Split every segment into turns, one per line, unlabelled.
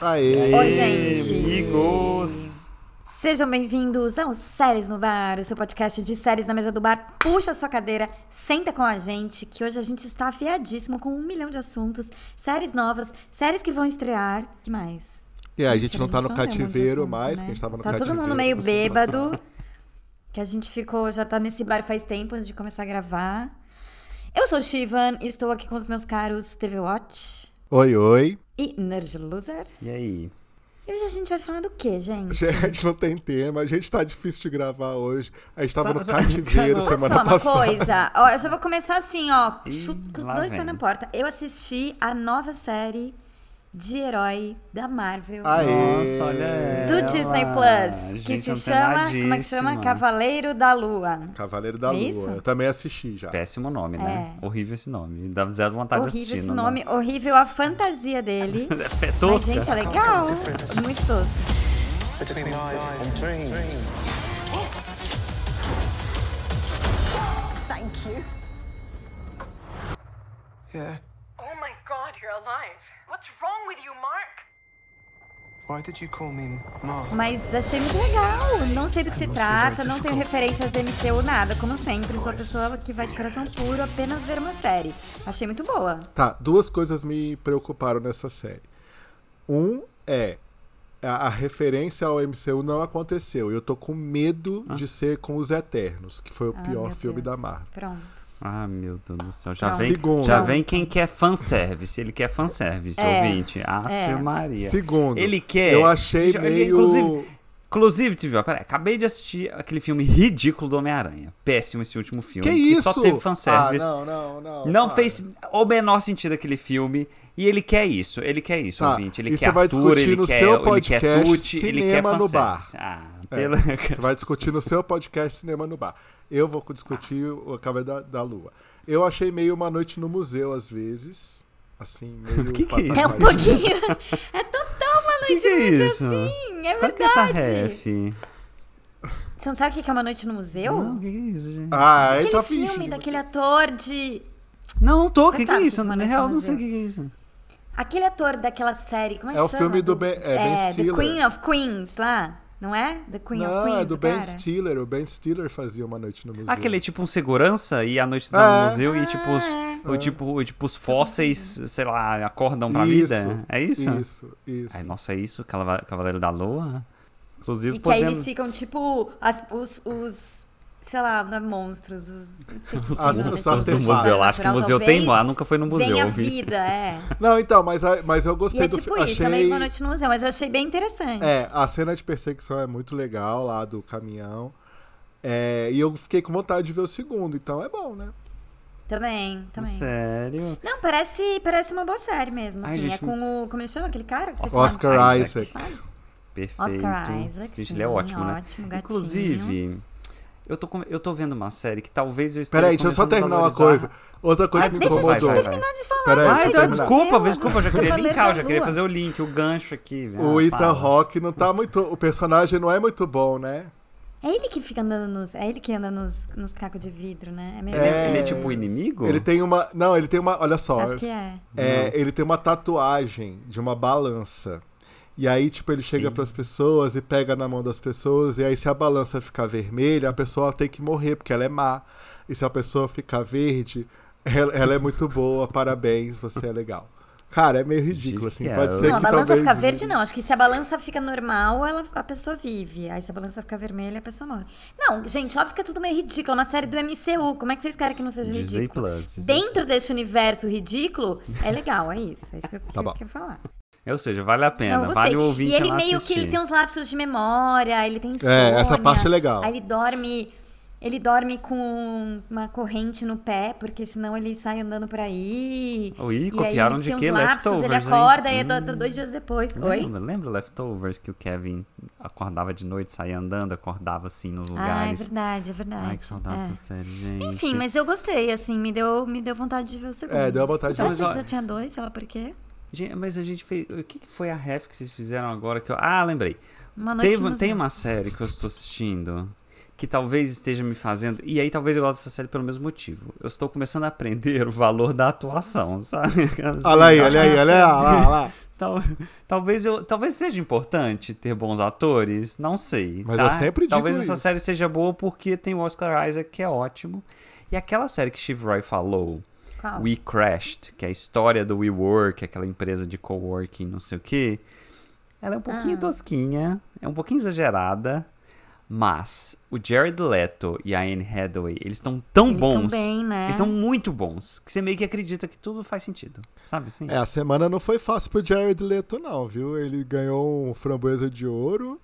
Aê!
Oi, gente.
Amigos!
Sejam bem-vindos ao Séries no Bar, o seu podcast de séries na mesa do bar. Puxa a sua cadeira, senta com a gente, que hoje a gente está afiadíssimo com um milhão de assuntos, séries novas, séries que vão estrear. que mais?
E a gente não tá no
tem um monte de
cativeiro
assunto,
mais,
né?
que a gente tava no
Tá
cativeiro.
todo mundo meio
assim,
bêbado, que a gente ficou, já tá nesse bar faz tempo antes de começar a gravar. Eu sou o Shivan, e estou aqui com os meus caros TV Watch
Oi, oi.
e Nerd Loser.
E aí?
E hoje a gente vai falar do quê, gente?
A gente não tem tema, a gente tá difícil de gravar hoje. A gente tava
Só-
no
só-
cativeiro
só-
Posso
semana
falar uma
passada.
coisa? É Ó, eu já vou começar assim, ó.
Ih,
chu- com os
lá
dois
vem.
pés na porta. Eu assisti a nova série de herói da Marvel.
Aê!
Nossa, olha
Do
ela.
Disney Plus, que
Gente um
se chama, como é que chama?
antenadíssima.
Cavaleiro da Lua.
Cavaleiro da
É
Lua.
isso? É.
Eu também assisti já.
Péssimo nome, né? Horrível esse nome. Dá zero vontade de
horrível
assistir.
esse
não dá.
nome, horrível a fantasia dele.
É
Mas,
né? tosca.
gente, é legal. Muito tosco.
between life and dreams.
Thank you.
Yeah.
Oh my god, you're alive. What's wrong with you, Mark?
Why did you call me Mark?
Mas achei muito legal. Não sei do que se trata, não tenho referências MCU, nada. Como sempre, sou a pessoa que vai de coração puro apenas ver uma série. Achei muito boa.
Tá, duas coisas me preocuparam nessa série. Um é a, a referência ao MCU não aconteceu. Eu tô com medo de ser com os Eternos, que foi o
Ah,
pior
meu
filme
Deus.
da Marvel.
Pronto.
Ah, meu Deus do céu. Já
Não.
vem,
Segundo.
já
Não.
vem quem quer fanservice. Ele quer fanservice,
É.
ouvinte. Ah,
É.
Maria.
Segundo,
Ele quer.
eu achei
Já-
meio-
Inclusive, inclusive TV, ó, peraí, acabei de assistir aquele filme ridículo do Homem-Aranha. Péssimo esse último filme.
Que isso?
Só teve fanservice.
Ah, não, não, não.
Não
para.
fez o menor sentido aquele filme. E ele quer isso, ele quer isso,
Tá,
ouvinte. Ele
e
quer
você vai
Arthur,
discutir
ele
no
quer,
seu
ele quer
podcast
Tucci, ele quer
Cinema no
fanservice. Ah,
É,
pela...
Você vai discutir no seu podcast Cinema no Bar. Eu vou discutir o Cavaleiro da, da Lua. Eu achei meio uma noite no museu, às vezes. Assim, meio.
Que que é
pataquada.
É um pouquinho. é total uma
Que
noite
que é isso?
assim. É
Qual que é essa
verdade.
ref?
Você não sabe o que é uma noite no museu?
Não, que que é isso, gente?
Ah, aí
Aquele
tá
filme
fingindo.
daquele ator de.
Não, não tô. O
Você
que, que é
sabe tipo, que
isso?
uma
Na
noite
real,
no
não sei o que
museu.
que é isso.
Aquele ator daquela série. Como é que
É o
chama?
filme do Ben- é, Ben Stiller.
The Queen of Queens lá. Não é? The Queen of
Não,
Queens.
é do
o
Ben
cara.
Stiller. O Ben Stiller fazia uma noite no museu.
Ah, que ele é tipo um segurança e a noite tá
É.
no museu e tipo os,
Ah,
o tipo, o tipo os fósseis, sei lá, acordam pra vida. É isso?
Isso, isso.
Ai, nossa, é isso? Calava- Cavaleiro da Lua? Inclusive,
E que aí
podemos...
eles ficam tipo. as- os. os sei lá, não é monstros. Os. Não sei o que
As-
chama,
os
esses
artefatos.
do
seres
museu. Acho que o
sobrenatural,
museu
talvez,
tem lá, nunca foi no museu.
Vem a
ouvi.
vida, é.
Não, então, mas, a- mas eu
E
gostei
é
do
tipo
filme.
isso,
Achei...
é meio uma noite no museu, mas eu achei bem interessante.
É, a cena de perseguição é muito legal lá do caminhão. É, e eu fiquei com vontade de ver o segundo, então é bom, né?
Também, também.
Sério?
Não, parece, parece uma boa série mesmo,
Ai,
assim.
gente,
é com o. Como ele chama aquele cara? que vocês
Oscar
falam?
Isaac.
Sabe?
Perfeito.
Oscar Isaac.
Gente,
sim,
ele é ótimo, né?
Ótimo, gatinho.
Inclusive, eu tô, com- eu tô vendo uma série que talvez eu esteja
Peraí, deixa eu só
tá começando a
terminar uma
valorizar.
coisa. Outra coisa
Ah,
que me
deixa eu
incomodou.
só
gente
terminar
vai,
de falar.
Peraí,
não
deixa
Ai,
eu
tem
então,
terminar.
como
desculpa,
ser,
desculpa, eu já
mano.
queria
Cavaleiro
linkar, eu
da
já queria
Lua.
fazer o link, o gancho aqui.
O
Ah,
Ethan
fala.
Rock não tá muito. O personagem não é muito bom, né?
É ele que fica andando nos. É ele que anda nos, nos cacos de vidro, né? É meio.
É.
Ele é tipo o inimigo?
Ele tem uma. Não, ele tem uma. Olha só.
Acho que é.
É, ele tem uma tatuagem de uma balança. E aí, tipo, ele chega pras pessoas e pega na mão das pessoas. E aí, se a balança ficar vermelha, a pessoa tem que morrer, porque ela é má. E se a pessoa ficar verde, ela, ela é muito boa, parabéns, você é legal. Cara, é meio ridículo, assim.
Gente,
Pode
é.
ser
Não, a
que
balança
talvez.
fica verde, não. Acho que se a balança fica normal, ela, a pessoa vive. Aí se a balança fica vermelha, a pessoa morre. Não, gente, óbvio que é tudo meio ridículo. É uma série do MCU. Como é que vocês querem que não seja
Disney
ridículo?
Plus, Tá Disney
Dentro deste universo ridículo, é legal, é isso. É isso que eu que eu
bom.
queria falar.
Ou seja, vale a pena,
Não, eu
vale o
gostei.
ouvinte
E ele
lá
meio que
assistir.
ele tem uns lapsos de memória, ele tem insônia.
É, essa parte é legal.
Aí ele dorme, ele dorme com uma corrente no pé, porque senão ele sai andando por aí.
Oi,
e
copiaram
aí
de
tem uns
quê?
lapsos, ele
Leftovers, hein?
acorda e é do-
Hum.
do- dois dias depois. Oi?
Lembra, lembra Leftovers que o Kevin acordava de noite, saía andando, acordava assim nos
Ah, é
lugares.
verdade, é verdade.
Ai, que saudade
É.
dessa série, gente.
Enfim, mas eu gostei, assim, me deu, me deu vontade de ver o segundo.
É, deu vontade de
Eu
ver.
achei que já tinha dois, sei lá por quê.
Gente, mas a gente fez. O que, que foi a ref que vocês fizeram agora? Que eu... Ah, lembrei.
Uma noite
Teve-
no
Tem,
museu.
uma série que eu estou assistindo que talvez esteja me fazendo. E aí talvez eu goste dessa série pelo mesmo motivo. Eu estou começando a aprender o valor da atuação, sabe? Assim,
Olha aí,
eu
olha aí, olha lá, olha lá.
Tal- talvez, eu, talvez seja importante ter bons atores, não sei.
Mas
tá?
eu sempre digo
Talvez essa
isso.
série seja boa porque tem o Oscar Isaac, que é ótimo. E aquela série que Steve Roy falou,
Qual?
We Crashed, que é a história do WeWork, aquela empresa de coworking, não sei o quê. Ela é um
Ah.
pouquinho tosquinha, é um pouquinho exagerada, mas o Jared Leto e a Anne Hathaway, eles estão tão
Eles tão
bons.
bem, né?
Eles estão muito bons, que você meio que acredita que tudo faz sentido, sabe assim?
É, a semana não foi fácil pro Jared Leto, não, viu? Ele ganhou um framboesa de ouro.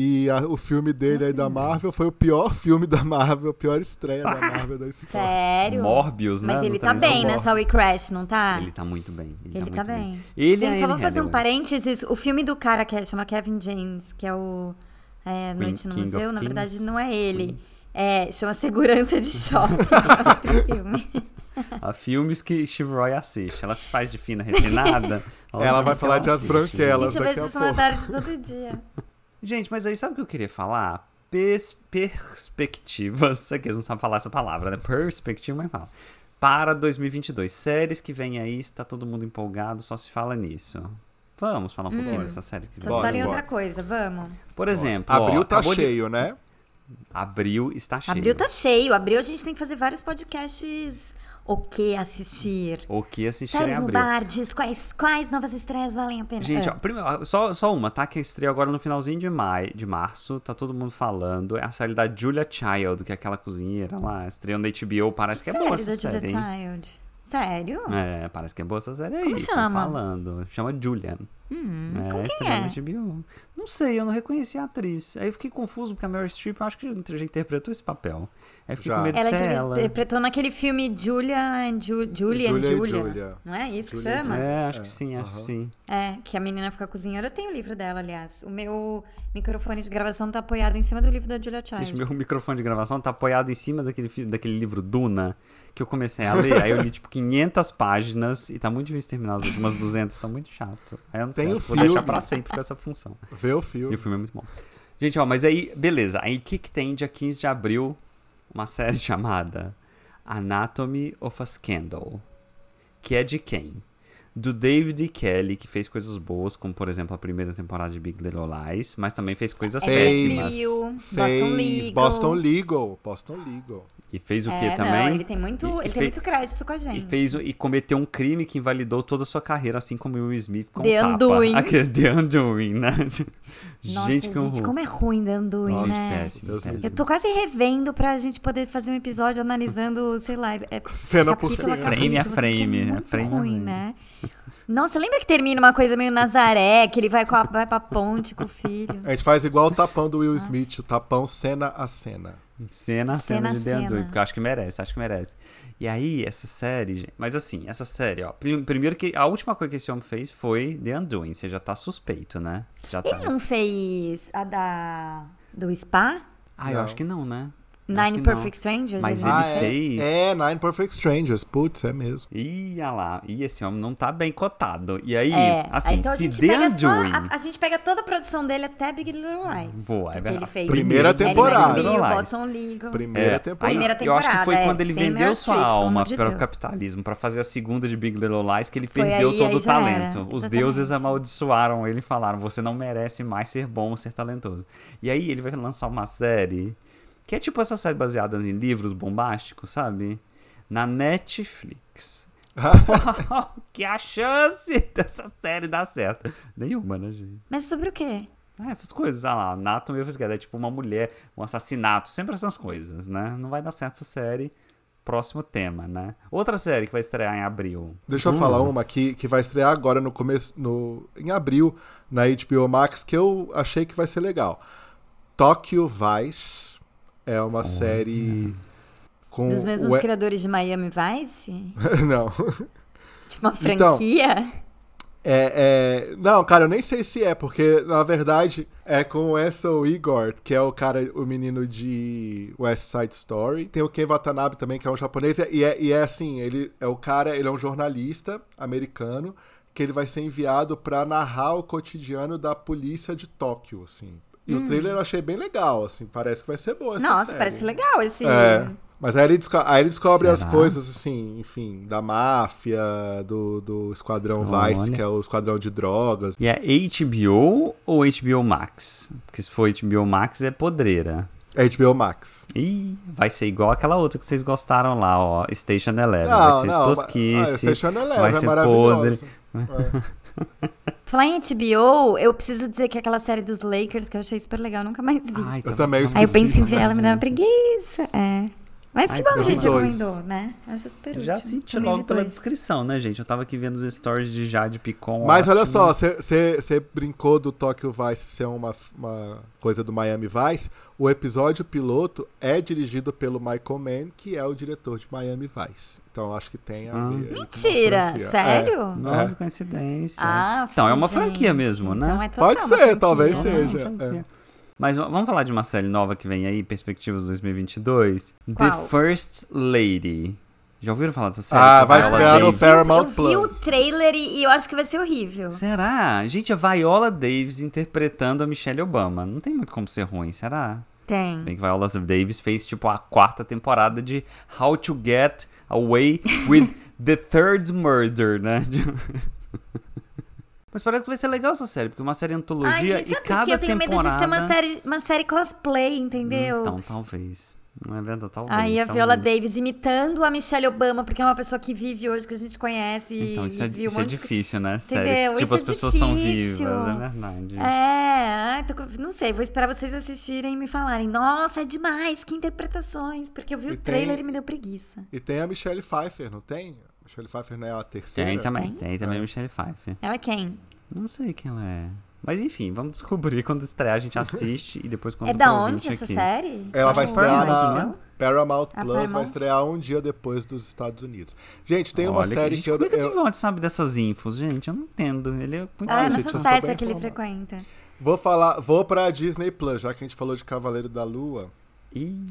E a- o filme dele aí da Marvel foi o pior filme da Marvel, a pior estreia da Marvel da história.
Sério?
Morbius, né?
Mas ele
Não
tá
também
bem
são
nessa We Crash, não tá?
Morbius. Ele tá muito bem. Ele,
Ele
tá,
tá
muito bem.
bem.
Ele e a
Gente, só vou
Anne
fazer um
Hathaway.
parênteses. O filme do cara que é- chama Kevin James, que é o é, Noite no
King of
Museu, na verdade
Kings.
não é ele. É, chama Segurança de Shopping. é outro filme.
Há filmes que Steve Roy assiste. Ela se faz de fina refinada.
Ela vai
sabe que
falar de As
assiste.
Branquelas
Gente, eu
daqui
vejo
a
isso na
pouco.
tarde todo dia.
Gente, mas aí sabe o que eu queria falar? Pers perspectivas. Aqui eles não sabem falar essa palavra, né? Perspectiva, mas fala. Para 2022. Séries que vem aí, está todo mundo empolgado, só se fala nisso. Vamos falar um pouquinho dessa série que
Hum.
vem.
Só se
Bora,
fala em
bora.
outra coisa, vamos.
Por exemplo, ó,
Abril tá
acabou de-
cheio, né?
Abril está cheio.
Abril tá cheio. Abril a gente tem que fazer vários podcasts. O que assistir?
O que assistir em
Séries no
abril.
bar, diz quais, quais novas estreias valem a pena.
Gente,
Ah,
ó, primeiro, ó, só, só uma, tá? Que estreia agora no finalzinho de, maio, de março. Tá todo mundo falando. É a série da Julia Child, que é aquela cozinheira lá. Estreou na HBO. Parece que é boa
séries
essa
da Julia
série, hein?
Child. Sério?
É, parece que é boa essa série aí.
Como
estão
chama?
falando. Chama Julian. é,
com quem
estreou
é?
na HBO. Não sei, eu não reconheci a atriz. Aí eu fiquei confuso, porque a Mary Streep, eu acho que já interpretou esse papel. Aí eu fiquei
Já.
com medo de
Ela é
ser
interpre-
é ela.
interpretou naquele filme Julia and Ju- Julia, and
Julia e
Julia.
Julia.
Não é
Julia
isso que
e
chama? É.
É, acho que sim, acho que sim.
que a menina fica cozinhando. Eu tenho o livro dela, aliás. O meu microfone de gravação tá apoiado em cima do livro da Julia Child.
Gente, meu microfone de gravação tá apoiado em cima daquele, fi- daquele livro Duna que eu comecei a ler. aí eu li tipo 500 páginas e tá muito difícil terminar as últimas 200, tá muito chato. Aí eu não
Tem
sei,
o
acho que vou deixar
filme.
pra sempre com essa função.
Vê o
E
filme.
o filme é muito bom. Gente, ó, mas aí, beleza. Aí o que, que tem dia 15 de abril? Uma série chamada Anatomy of a Scandal. Que é de quem? Do David E. Kelly, que fez coisas boas, como por exemplo a primeira temporada de Big Little Lies, mas também fez coisas
É,
péssimas.
Brasil, Boston
Fez
Legal.
Boston Legal. Boston Legal.
E fez o
é,
que também?
Não, ele tem muito,
E- e
ele tem
fez-
muito crédito com a
E
gente.
fez o- e cometeu um crime que invalidou toda a sua carreira, assim como o Will Smith com
The
o tapa.
Undoing.
Aquele The Undoing, né?
Nossa,
gente, que horror.
como é ruim da Anduin,
Nossa,
né?
péssimo,
Deus me
péssimo.
Eu tô quase revendo pra gente poder fazer um episódio analisando, sei lá, é,
Cena por
capítulo a
cena.
Frame a
capítulo,
frame,
fica
a
muito
frame a
ruim,
frame.
né? Nossa, lembra que termina uma coisa meio Nazaré, que ele vai, com a, vai pra ponte com o filho?
A gente faz igual o tapão do Will
Ah.
Smith, o tapão cena a cena.
Cena a
Cena
cena
a
de The Undoing,
cena.
porque eu acho que merece, acho que merece. E aí, essa série, gente, mas assim, essa série, ó, prim- primeiro que a última coisa que esse homem fez foi The Undoing, você já tá suspeito, né? Já tá.
Ele não fez a da. do Spa?
Ah, eu
Não.
acho que não, né? Eu acho
Nine
que não.
Perfect Strangers?
Mas
ele-
ah,
ele fez.
É, é, Nine Perfect Strangers. Putz, é mesmo.
Ih, olha lá, e esse homem não tá bem cotado. E aí,
É,
assim,
então a
se
gente
The
pega só
Undoing...
a, a gente pega toda a produção dele até Big Little Lies.
Boa, é
porque
verdade.
ele fez
Primeira
Mary
temporada.
Mary Bill,
Little Lies.
Boston Legal.
Primeira
É,
temporada.
Primeira
aí, eu acho que foi
temporada,
quando ele
é, sem
vendeu
Meryl
sua
Streep, pelo
alma
amor de
para o
Deus.
capitalismo, para fazer a segunda de Big Little Lies, que ele
Foi
perdeu
aí,
todo
aí
o
já era,
talento. Os
exatamente.
deuses amaldiçoaram ele e falaram: você não merece mais ser bom, ser talentoso. E aí ele vai lançar uma série que é tipo essa série baseada em livros bombásticos, sabe? Na Netflix. Qual que a chance dessa série dar certo? Nenhuma, né, gente?
Mas sobre o quê?
Ah, essas coisas, ah lá, Anatomy of a Scandal, é tipo uma mulher, um assassinato, sempre essas coisas, né? Não vai dar certo essa série. Próximo tema, né? Outra série que vai estrear em abril.
Deixa eu
Hum.
falar um. uma aqui que vai estrear agora no começo, no, em abril, na HBO Max, que eu achei que vai ser legal. Tokyo Vice é uma série com
Dos mesmos
o-
criadores de Miami Vice?
não
Tipo uma
Então,
franquia?
É, é- Não, cara, eu nem sei se é, porque na verdade é com o Ansel Igor, que é o cara, o menino de West Side Story. Tem o Ken Watanabe também, que é um japonês. E é, e é assim, ele é o cara, ele é um jornalista americano, que ele vai ser enviado pra narrar o cotidiano da polícia de Tóquio, assim. E o trailer eu achei bem legal, assim, parece que vai ser boa essa
Nossa,
série.
parece legal esse.
É. Mas aí ele, desco- aí ele descobre as
Será?
coisas, assim, enfim, da máfia, do, do Esquadrão Vice,
Olha.
que é o esquadrão de drogas.
E é HBO ou HBO Max? Porque se for HBO Max é podreira.
É HBO Max.
Ih, vai ser igual aquela outra que vocês gostaram lá, ó. Station Eleven. vai
Não,
ser
Ah, não,
tosquice.
mas- ah, Station Eleven
vai
é
ser
maravilhosa.
podre.
Falar em HBO, eu preciso dizer que aquela série dos Lakers que eu achei super legal, eu nunca mais vi.
Ai,
Eu
tá-
também
tá-
Aí eu
esqueci.
penso em ver ela, me dá uma preguiça. É. Mas que
Ai,
bom que
tem
a gente
dois.
recomendou, né? Acho super útil.
Já senti
Também
logo
vi
pela
dois.
descrição, né, gente? Eu tava aqui vendo os stories de Jade Picon.
Mas olha
ótimo.
só, você brincou do Tokyo Vice ser uma, uma coisa do Miami Vice. O episódio piloto é dirigido pelo Michael Mann, que é o diretor de Miami Vice. Então acho que tem a ver.
Ah.
aí com uma
Mentira,
franquia.
sério?
É.
Nossa, coincidência.
Ah,
então, é uma
gente,
franquia mesmo, né?
Então é total
Pode
uma
ser,
franquia.
talvez
Não,
seja.
não,
é.
tranquilo. Mas v- vamos falar de uma série nova que vem aí, Perspectivas 2022?
Qual?
The First Lady. Já ouviram falar dessa série?
Ah,
Com a
vai
Viola
estrear no
Davis?
Paramount
eu vi o
Plus.
trailer e, e eu acho que vai ser horrível.
Será? Gente, a Viola Davis interpretando a Michelle Obama. Não tem muito como ser ruim, será?
Tem.
Bem que Viola Davis fez, tipo, a quarta temporada de How to Get Away with the Third Murder, né? Mas parece que vai ser legal essa série, porque é uma série antologia
Ai, gente,
e
sabe por
cada
quê? Eu tenho medo de
temporada...
ser uma série, uma série cosplay, entendeu?
Então, talvez. Não é verdade, talvez.
Aí a
talvez.
Viola Davis imitando a Michelle Obama, porque é uma pessoa que vive hoje, que a gente conhece e-
Então, isso é,
e viu um
isso é
monte de
difícil, né?
Entendeu?
Séries. que,
Isso
Tipo, as
é
pessoas estão
difícil.
vivas, é verdade.
É, ai, tô com- não sei, vou esperar vocês assistirem e me falarem. Nossa, é demais, que interpretações. Porque eu vi
E
o
tem-
trailer e me deu preguiça.
E tem a Michelle Pfeiffer, não tem? Michelle Pfeiffer não é a terceira?
Tem também,
Tem?
tem também a Michelle Pfeiffer.
Ela é quem?
Não sei quem ela é. Mas enfim, vamos descobrir quando estrear, a gente assiste e depois quando
é da
produz
onde essa
aqui.
série?
Ela
Acho
vai
que é
estrear
Paramount,
na
não?
Paramount
A
Plus, vai
Paramount?
estrear um dia depois dos Estados Unidos. Gente, tem uma
Olha,
série
gente,
que eu,
Como é que o
eu-
Tivonte sabe dessas infos, gente? Eu não entendo. Ele é muito
Ah,
Ai, gente,
é
eu
nessa
sou
série
bem
que ele
informado.
frequenta.
vou falar, vou pra Disney Plus, já que a gente falou de Cavaleiro da Lua,
Ih,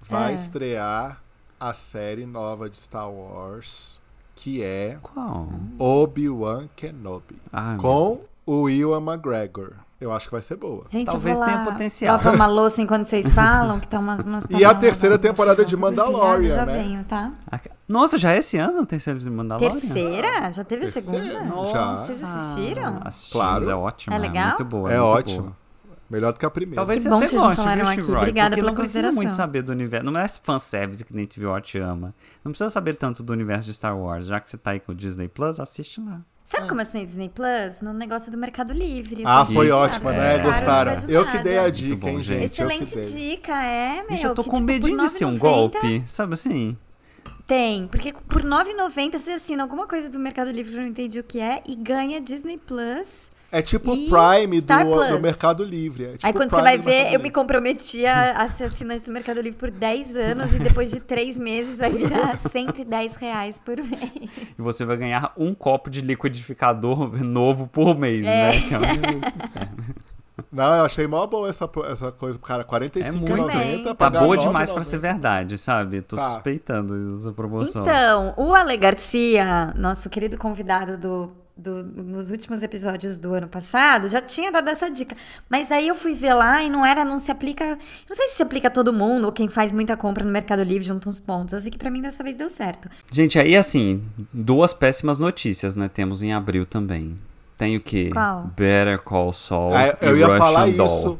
vai
É.
estrear a série nova de Star Wars, que é
qual?
Obi-Wan Kenobi,
Ah,
com o Ewan McGregor. Eu acho que vai ser boa.
Gente,
Talvez
eu vou lá,
tenha potencial.
Lava uma louça enquanto vocês falam, que tá umas, umas
E a
panelas
terceira
lá,
temporada de
tudo empilhado,
Mandalorian,
já
né?
venho, tá?
Ah, Nossa, já é esse ano o terceiro de Mandalorian?
Terceira? Já teve a segunda?
Terceira,
Nossa.
Já.
Vocês assistiram?
Assistimos,
Claro.
é ótimo.
É legal?
muito boa.
É
muito
ótimo.
boa.
Melhor do que a primeira.
Talvez
Que
você
bom
até
que vocês não
goste,
falaram
viu,
aqui.
Shivroy?
Obrigada
porque
pela
não precisa
consideração.
muito saber do universo. Não merece fanservice que nem TVO te ama. Não precisa saber tanto do universo de Star Wars. Já que você tá aí com o Disney Plus, assiste lá.
Sabe como eu assinei Disney Plus? No negócio do Mercado Livre. Eu
Ah,
tinha
foi
Isso.
assinado,
ótima,
era
né?
É.
caro, não
Gostaram.
vejo
Eu que dei a
nada.
dica,
bom,
hein,
gente.
gente. Eu que
Excelente
dei.
dica, é, meu.
Gente, eu tô
que,
com
tipo,
medo
por
de ser um
9,90
golpe. Sabe assim?
Tem, porque por R$ 9,90 você assina alguma coisa do Mercado Livre, eu não entendi o que é, e ganha Disney Plus.
É tipo o
E
Prime do,
Star Plus.
do Mercado Livre. é tipo
Aí
o
quando
Prime
você vai
do
ver,
Mercado
eu me
Livre.
comprometi a, a ser assinante do Mercado Livre por 10 anos e depois de 3 meses vai virar R$ 110 reais por mês.
E você vai ganhar um copo de liquidificador novo por mês,
É.
né? Que é uma delícia.
Não, eu achei mó boa essa, essa coisa. Cara,
É
45,90
muito.
Tá
Tá
pagar
boa demais pra
9,90.
ser verdade, sabe? Tô
Tá.
suspeitando dessa promoção.
Então, o Ale Garcia, nosso querido convidado do, do- nos últimos episódios do ano passado, já tinha dado essa dica. Mas aí eu fui ver lá e não era, não se aplica. Não sei se se aplica a todo mundo ou quem faz muita compra no Mercado Livre junta uns pontos. Eu sei que pra mim dessa vez deu certo.
Gente, aí assim, duas péssimas notícias, né? Temos em abril também. Tem o quê?
Qual?
Better Call Saul
Ah, eu
e
ia
Russian
falar
Doll.
isso.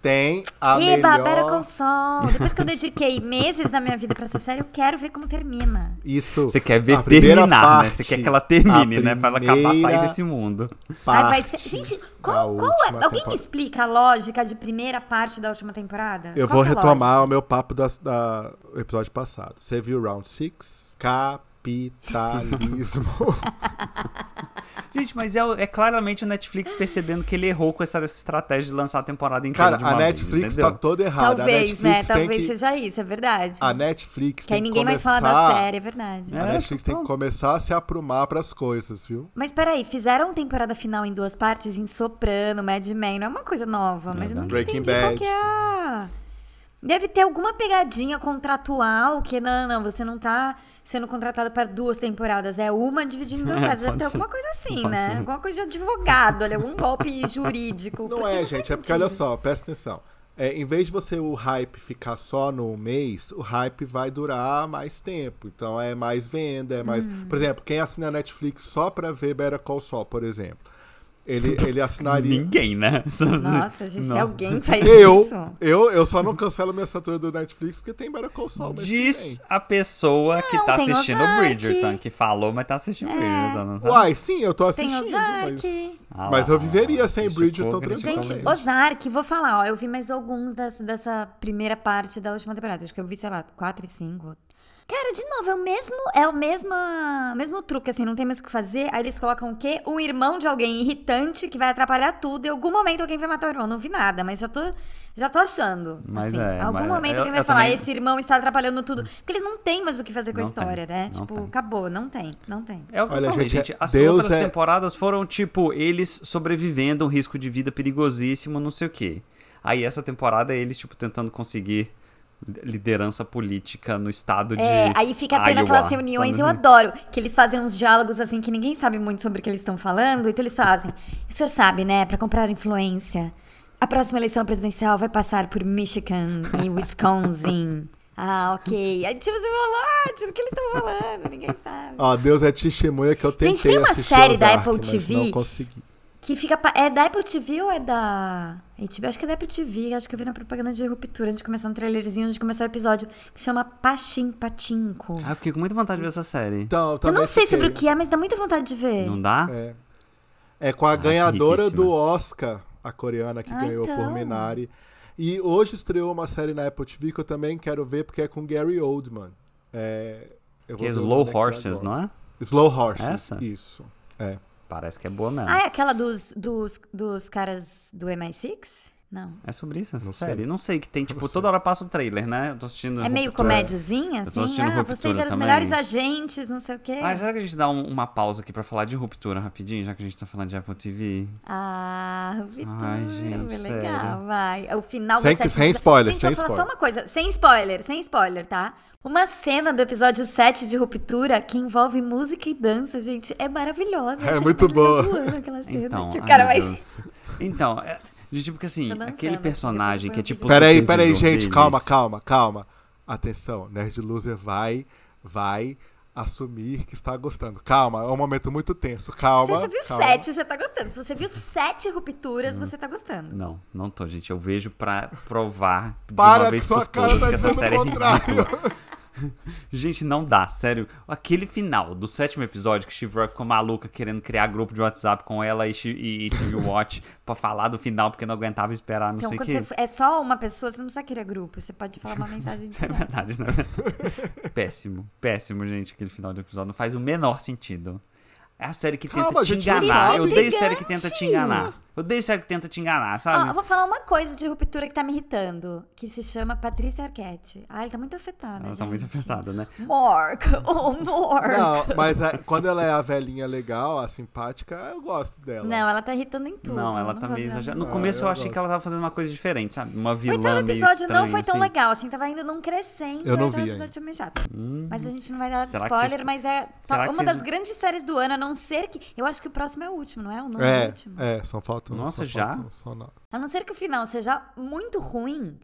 Tem a
Eba, Better
melhor...
Call Saul. Depois que eu dediquei meses da minha vida pra essa série, eu quero ver como termina.
Isso.
Você quer ver
A primeira
terminar, né?
parte,
Você quer que ela termine,
a
né? Pra ela acabar de sair
primeira
desse mundo.
Ai, vai
parte
ser... Gente, qual,
da
qual
última
é- Alguém me
temporada.
explica a lógica de primeira parte da última temporada?
Eu
Qual
vou
que é a
retomar o meu papo da, da o episódio passado. Você viu Round 6? Capitalismo.
Gente, mas é, o- é claramente o Netflix percebendo que ele errou com essa estratégia de lançar a temporada inteira
Cara,
de uma
a
vez,
Netflix
entendeu?
tá toda errada.
Talvez,
a Netflix
né?
tem
Talvez
que...
seja isso, é verdade.
A Netflix
Que aí
tem que
ninguém mais
começar...
fala da série, é verdade.
É.
A Netflix tem que
total.
começar a se aprumar pras coisas, viu?
Mas peraí, fizeram temporada final em duas partes, em Soprano, Mad Men, não é uma coisa nova, mas eu não
Breaking
entendi qual
Bad.
que é. a- Deve ter alguma pegadinha contratual que não, não, você não tá sendo contratado para duas temporadas, é uma dividida em duas
É,
partes. Deve
pode
ter
ser.
alguma coisa assim,
Pode
né?
ser.
Alguma coisa de advogado, olha, algum golpe jurídico.
Não
porque
é,
faz
gente. É porque, olha
sentido.
só, presta atenção. É, em vez de você o hype ficar só no mês, o hype vai durar mais tempo. Então é mais venda, é mais.
Hum.
Por exemplo, quem assina a Netflix só pra ver Better Call Saul, por exemplo, ele, ele assinaria.
Ninguém, né?
Nossa, gente,
Não.
tem alguém que faz
eu,
É isso?
eu, eu só não cancelo minha assinatura do Netflix porque tem Better Call Saul. Mas
Diz
tudo
a pessoa que
Não,
tá
tem É.
assistindo o
Ozark.
Bridgerton, que falou, mas tá assistindo o Bridgerton. não
bem.
tá?
Uai, sim, eu tô
Tem
assistindo, mas,
Ozark.
Ah
mas
lá,
eu viveria sem
criticou,
Bridgerton
criticou,
tranquilamente.
Gente, Ozark, vou falar, ó. Eu vi mais alguns das- dessa primeira parte da última temporada. Acho que eu vi, sei lá, 4 e 5. Cara, de novo, é o mesmo, é o mesmo, mesmo truque, assim, não tem mais o que fazer. Aí eles colocam o quê? Um irmão de alguém irritante que vai atrapalhar tudo. Em algum momento alguém vai matar o irmão. Não vi nada, mas já tô, já tô achando.
Mas
assim,
é,
algum
mas
momento
eu-
alguém vai
eu
falar,
também-
esse irmão está atrapalhando tudo. Porque eles não têm mais o que fazer com a
Não tem,
história, né?
não
Tipo,
tem.
acabou, não tem, não tem.
É o que
Olha,
eu falei,
gente,
gente.
é-
As
Deus
outras
é-
temporadas foram, tipo, eles sobrevivendo a um risco de vida perigosíssimo, não sei o quê. Aí essa temporada é eles, tipo, tentando conseguir liderança política no estado de.
É, aí fica tendo
Iowa,
aquelas reuniões,
sabe? Uhum.
eu adoro, que eles fazem uns diálogos assim que ninguém sabe muito sobre o que eles estão falando, então eles fazem. O senhor sabe, né, Pra comprar influência, a próxima eleição presidencial vai passar por Michigan e Wisconsin. Ah, ok. Aí tipo, você fala, ah, do que eles estão falando, ninguém sabe.
Ó, Deus é testemunha que eu tentei
Gente, tem uma
assistir
série da
Ozark,
Apple
mas
TV?
não consegui.
Que fica. pa- É da Apple TV ou é da. HBO? Acho que é da Apple TV. Acho que eu vi na propaganda de ruptura. Antes de começar um trailerzinho, antes de começar o episódio, que chama Pachim Patinco.
Ah, eu fiquei com muita vontade de ver essa série.
Então,
Eu
também
não sei
fiquei.
sobre o que é, mas dá muita vontade de ver.
Não dá?
É. É com a ganhadora
Ah, riquíssima.
do Oscar, a coreana que
Ah,
ganhou por
então.
Minari. E hoje estreou uma série na Apple TV que eu também quero ver, porque é com Gary Oldman. É, eu
Que
vou
é
ver o
Slow
nome daqui
Horses,
agora.
não é?
Slow Horses,
Essa?
isso. É.
Parece que é boa mesmo.
Ah, é aquela dos, dos, dos caras do MI6? Não.
É sobre isso essa
Não sei.
série. Não sei, que tem, tipo,
é.
toda hora passa o trailer, né? Eu tô assistindo.
É meio
Ruptura.
comédiazinha,
tô
assim?
assistindo
Ah,
Ruptura
vocês eram os
também.
melhores agentes, não sei o quê.
Ah, será que a gente dá um- uma pausa aqui pra falar de ruptura rapidinho, já que a gente tá falando de Apple TV?
Ah,
Ai,
Vitor,
gente,
foi legal,
sério.
vai. É O final
Sem-
do sétimo
sem
episódio-
spoiler,
Gente,
sem
eu vou falar
spoiler.
só uma coisa, sem spoiler, sem spoiler, tá? Uma cena do episódio 7 de Ruptura que envolve música e dança, gente, é maravilhosa.
É
Essa
muito
é a melhor
boa.
do ano, aquela cena
Então,
que o
ai,
cara
meu
vai...
Deus. Então, é, de tipo que assim,
Tô dançando,
aquele
depois
personagem
eu
que é
ponho o
tipo.
Peraí,
supervisor
peraí, gente,
deles.
calma, calma, calma. Atenção, Nerd Loser vai, vai assumir que está gostando. Calma, é um momento muito tenso, calma.
Você já viu
calma.
sete, você tá gostando. Se você viu sete
Hum.
rupturas, você tá gostando.
Não, não tô, gente. Eu vejo pra provar de
Para
uma
que
vez
sua
por
cara
todas
tá
que essa
dizendo
série
o
é
contrário.
ridícula. Gente, não dá, sério. Aquele final do sétimo episódio que Steve Roy ficou maluca querendo criar grupo de WhatsApp com ela e, Chi- e, e TV Watch pra falar do final porque não aguentava esperar, não
Então,
sei o
quando
quê.
você é só uma pessoa, você não precisa querer grupo. Você pode falar uma mensagem de
É verdade, né? péssimo, péssimo, gente, aquele final do episódio. Não faz o menor sentido. É a série que
Calma,
tenta te
gente,
enganar.
sabe.
Eu odeio série que tenta te
Intrigante.
enganar. Eu odeio série que tenta te enganar,
Ó,
sabe?
eu Ah, vou falar uma coisa de ruptura que tá me irritando, que se chama Patrícia Arquette. Ah, ela tá muito afetada,
Ela
gente.
tá muito afetada, né?
Mork, oh, Mork. Não.
Não, mas a- quando ela é a velhinha legal, a simpática, eu gosto dela.
ela tá irritando em tudo.
Não,
eu
ela tá
gosto
meio
dela.
exagerada. No
Ah,
começo eu
eu
achei
gosto.
que ela tava fazendo uma coisa diferente, sabe? Uma
O
vilã
oitavo
meio
episódio não
estranha,
foi tão
assim.
legal, assim, tava indo num crescendo.
Eu não
o oitavo
vi
episódio
ainda.
foi meio chato. Mas a gente não vai dar
Hum. Será que
spoiler,
vocês-
mas é tá-
será que
uma
vocês-
das grandes séries do ano, a não ser que... Eu acho que o próximo é o último, não é? O nono é o
É,
último.
é, só falta um,
Nossa,
só
já?
falta um, só não.
A não ser que o final seja muito ruim,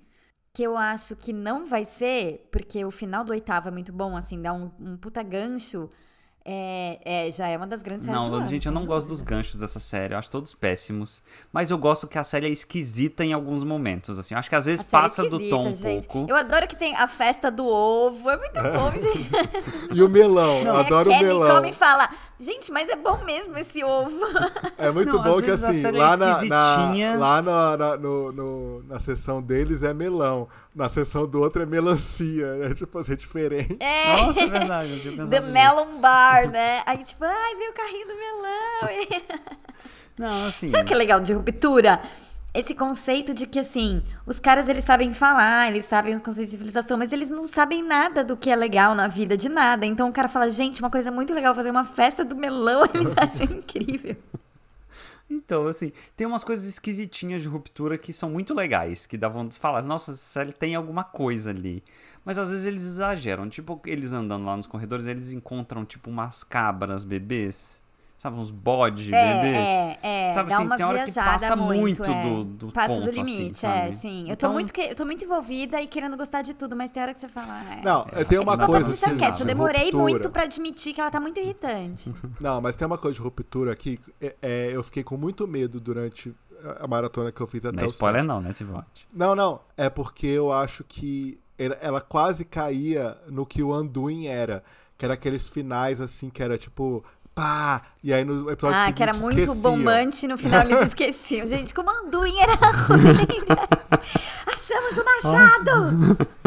que eu acho que não vai ser, porque o final do oitavo é muito bom, assim, dá um, um puta gancho. É, é, já é uma das grandes séries do
Não,
ano,
gente, eu
sem
não gosto dos
dúvida.
ganchos dessa série. Eu acho todos péssimos. Mas eu gosto que a série é esquisita em alguns momentos, assim. Eu acho que às
A
vezes
série é
passa do
esquisita,
tom um
gente.
pouco.
Eu adoro que tem a festa do ovo, é muito bom, gente.
E o melão,
é
eu
Aí
adoro
a
o
Kelly
melão.
come e fala, gente, mas é bom mesmo esse ovo.
É muito
Não, às
bom que
vezes a
assim,
série é
lá, na, na,
esquisitinha.
lá na, na, no- no- na sessão deles é melão, na sessão do outro é melancia, é tipo assim, é diferente.
É.
Nossa, é verdade. Eu tinha pensado
The
nisso.
Melon Bar, né? Aí, tipo, ai, veio o carrinho do melão.
Não, assim.
Sabe o que é legal de ruptura? Esse conceito de que, assim, os caras, eles sabem falar, eles sabem os conceitos de civilização, mas eles não sabem nada do que é legal na vida, de nada. Então o cara fala, gente, uma coisa muito legal fazer uma festa do melão, eles acham incrível.
Então, assim, tem umas coisas esquisitinhas de ruptura que são muito legais, que dá vontade de falar, nossa, essa série tem alguma coisa ali. Mas às vezes eles exageram, tipo, eles andando lá nos corredores, eles encontram, tipo, umas cabras bebês. sabe, uns bode, bebê.
É, é, é.
Sabe
dá
assim,
uma
tem hora que
viajada
passa muito
é.
do- do
Passa
ponto,
do
assim,
limite, é,
sabe?
sim. Eu,
Então-
tô muito, que- eu tô muito envolvida e querendo gostar de tudo, mas tem hora que você fala. ah, é.
Não, tem uma
Tipo, a
coisa
Patrícia
assim.
Arquette, eu
de
demorei
ruptura.
muito pra admitir que ela tá muito irritante.
Não, mas tem uma coisa de ruptura aqui. é- é, eu fiquei com muito medo durante a maratona que eu fiz até
Não é
o
spoiler não, né, Tivote?
Não, não. É porque eu acho que ela, ela quase caía no que o Anduin era. Que era aqueles finais assim, que era tipo. Pá! E aí no episódio
ah,
seguinte.
que era muito
esquecia.
bombante no final eles esqueciam. Gente, como Anduin era ruim. Achamos o machado!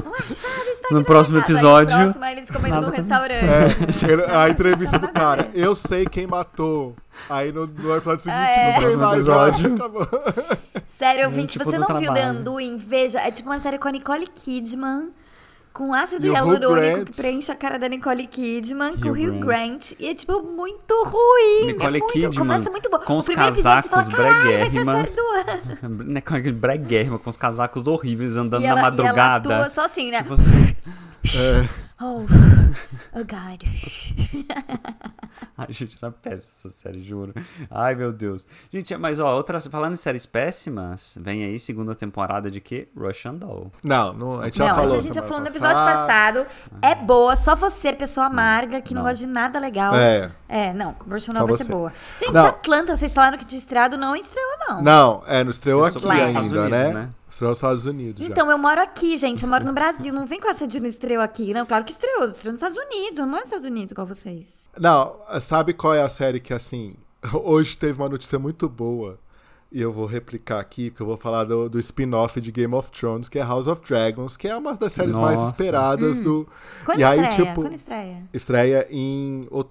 O machado está aqui
No
na
próximo
minha casa. Aí,
episódio,
No próximo, eles comendo
nada
num
tá-
É.
restaurante.
Ele- A entrevista do cara. Eu sei quem matou. Aí no, no episódio seguinte,
é.
não tem
No
mais
episódio.
nada, acabou.
Sério, ouvinte,
tipo
você
do
não viu The
trabalho.
Anduin? Veja, é tipo uma série com a Nicole Kidman, com ácido
E o Hugh
hialurônico
Grant.
que preenche a cara da Nicole Kidman, com o
Hugh Grant.
Hugh Grant. E é tipo muito ruim.
Nicole
é muito,
Kidman,
começa muito bom.
com
o
os
primeiro episódio você fala,
casacos
caralho, vai ser a série
breguérrimas."
do ano.
Né, com aquele breguerma, com os casacos horríveis, andando
E
na
ela,
madrugada.
E ela atua só assim, né?
Tipo assim,
É.
Oh, oh God.
ai, gente, era péssima essa série, juro. Ai, meu Deus. Gente, mas ó, outras, falando em séries péssimas, vem aí segunda temporada de quê? Russian Doll.
Não, não, a gente já
não,
falou.
isso a gente já
semana
falou no episódio
passada.
passado. É boa, só você, pessoa amarga, que não,
Não.
gosta de nada legal.
É.
É, não, Bruxinol
Só
vai
você.
ser boa. Gente,
Não.
Atlanta, vocês falaram que de estreado não estreou, não.
Não, é, não estreou
Eu sou
aqui
lá nos
ainda,
Estados Unidos,
né?
né?
Estreou nos Estados Unidos. já.
Então, eu moro aqui, gente. Eu moro no Brasil. Não vem com essa de não estreou aqui. Não, claro que estreou. Estreou nos Estados Unidos. Eu não moro nos Estados Unidos igual vocês.
Não, sabe qual é a série que, assim, hoje teve uma notícia muito boa e eu vou replicar aqui, porque eu vou falar do, do spin-off de Game of Thrones, que é House of Dragons, que é uma das séries mais
Nossa.
esperadas do...
Hum. Quando
e aí,
estreia?
tipo,
Quando estreia?
estreia em... out-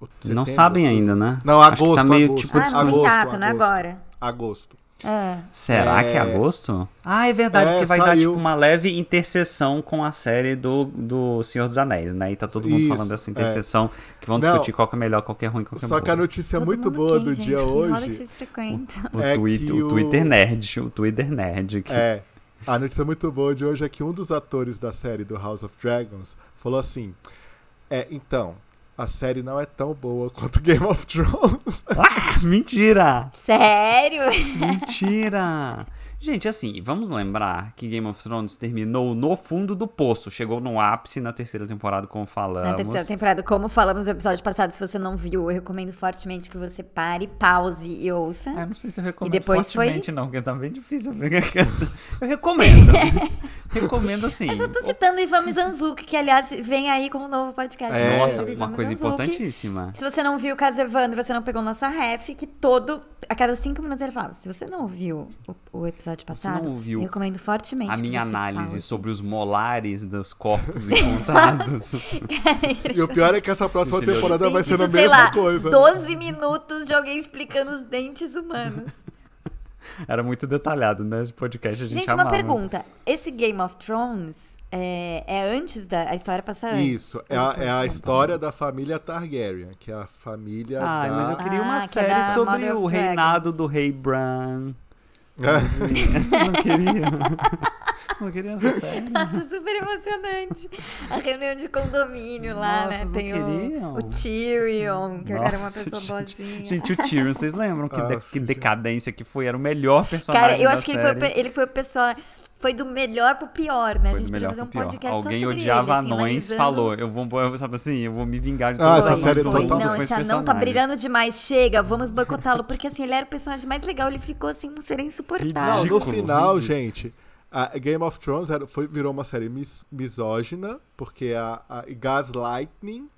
out- setembro?
Não sabem ainda, né?
Não,
Acho
agosto,
que tá meio
agosto.
tipo...
Ah, não
agosto,
tem data, não é
agosto.
agora.
Agosto.
É.
Será
É.
que é agosto? Ah, é verdade,
É,
porque vai dar
saiu.
tipo uma leve interseção com a série do, do Senhor dos Anéis, né? E tá todo mundo
Isso,
falando dessa
é.
interseção, que vão
Não.
discutir qual que é melhor, qual que é ruim, qual que é
Só que a
boa.
notícia
Todo
tá muito
mundo
boa
quem,
do
gente?
dia
Que roda que
hoje...
vocês frequentam?
O,
é
tweet,
que
o...
o-
Twitter Nerd, o Twitter Nerd. Que...
É. A notícia muito boa de hoje é que um dos atores da série do House of Dragons falou assim: É, então, a série não é tão boa quanto Game of Thrones.
Ah, mentira!
Sério?
Mentira! Gente, assim, vamos lembrar que Game of Thrones terminou no fundo do poço. Chegou no ápice na terceira temporada, como falamos.
Na É terceira temporada, como falamos no episódio passado, se você não viu, eu recomendo fortemente que você pare, pause e ouça.
Ah, eu não sei se eu recomendo
depois foi-
fortemente, não, porque tá bem difícil. ver a questão. Eu recomendo. recomendo, assim.
Mas eu tô citando o Ivan Mizanzuki, que aliás vem aí com um novo podcast.
É.
Nossa,
sobre
uma
Ivan
coisa
Mizanzuki.
importantíssima.
Se você não viu o caso Evandro, você não pegou nossa ref, que todo. A cada cinco minutos ele falava: se você não viu o, o episódio passado,
não ouviu
eu recomendo fortemente.
A
que
minha
você
análise
pause.
sobre os molares dos corpos encontrados.
E o pior é que essa próxima
Gente,
temporada
Tem,
vai ser
tipo,
a
sei
mesma
lá,
coisa. né?
12 minutos de alguém explicando os dentes humanos.
Era muito detalhado, né? Esse podcast a gente
Gente,
amava.
uma pergunta. Esse Game of Thrones é, é antes da. A história passa antes.
Isso, é a, é a história da família Targaryen, que é a família
Ai,
da...
mas eu queria uma
Ah, que é
série
da
sobre
Mother
o
of
reinado
Dragons.
do rei Bran. Essa eu não queria. não queria essa série.
Nossa, super emocionante. A reunião de condomínio lá,
Nossa,
né?
não
Tem
queriam?
o, o Tyrion, que era uma
Nossa,
pessoa boazinha.
Gente, o Tyrion, vocês lembram que, de-
Ah,
que decadência que foi? Era o melhor personagem
Cara, eu
da
acho que ele foi,
série.
o pe- ele foi o pessoal. Foi do melhor pro pior,
Foi
né? a
do
gente podia
melhor
fazer um
pro pior.
podcast só
Alguém
sobre
odiava
ele, assim,
anões,
analisando-
falou, eu vou, eu- sabe assim, eu vou me vingar de
Ah,
todos
essa
Foi,
os anões,
série
foi.
total-
Não,
com
esse
esse
anão tá
personagem.
brilhando demais. Chega, vamos boicotá-lo. Porque assim, ele era o personagem mais legal. Ele ficou assim, uma ser
Não,
insuportável.
Ridículo,
no final,
ridículo.
gente, a Game of Thrones era- foi, virou uma série mis- misógina, porque a, a e Gaslightning,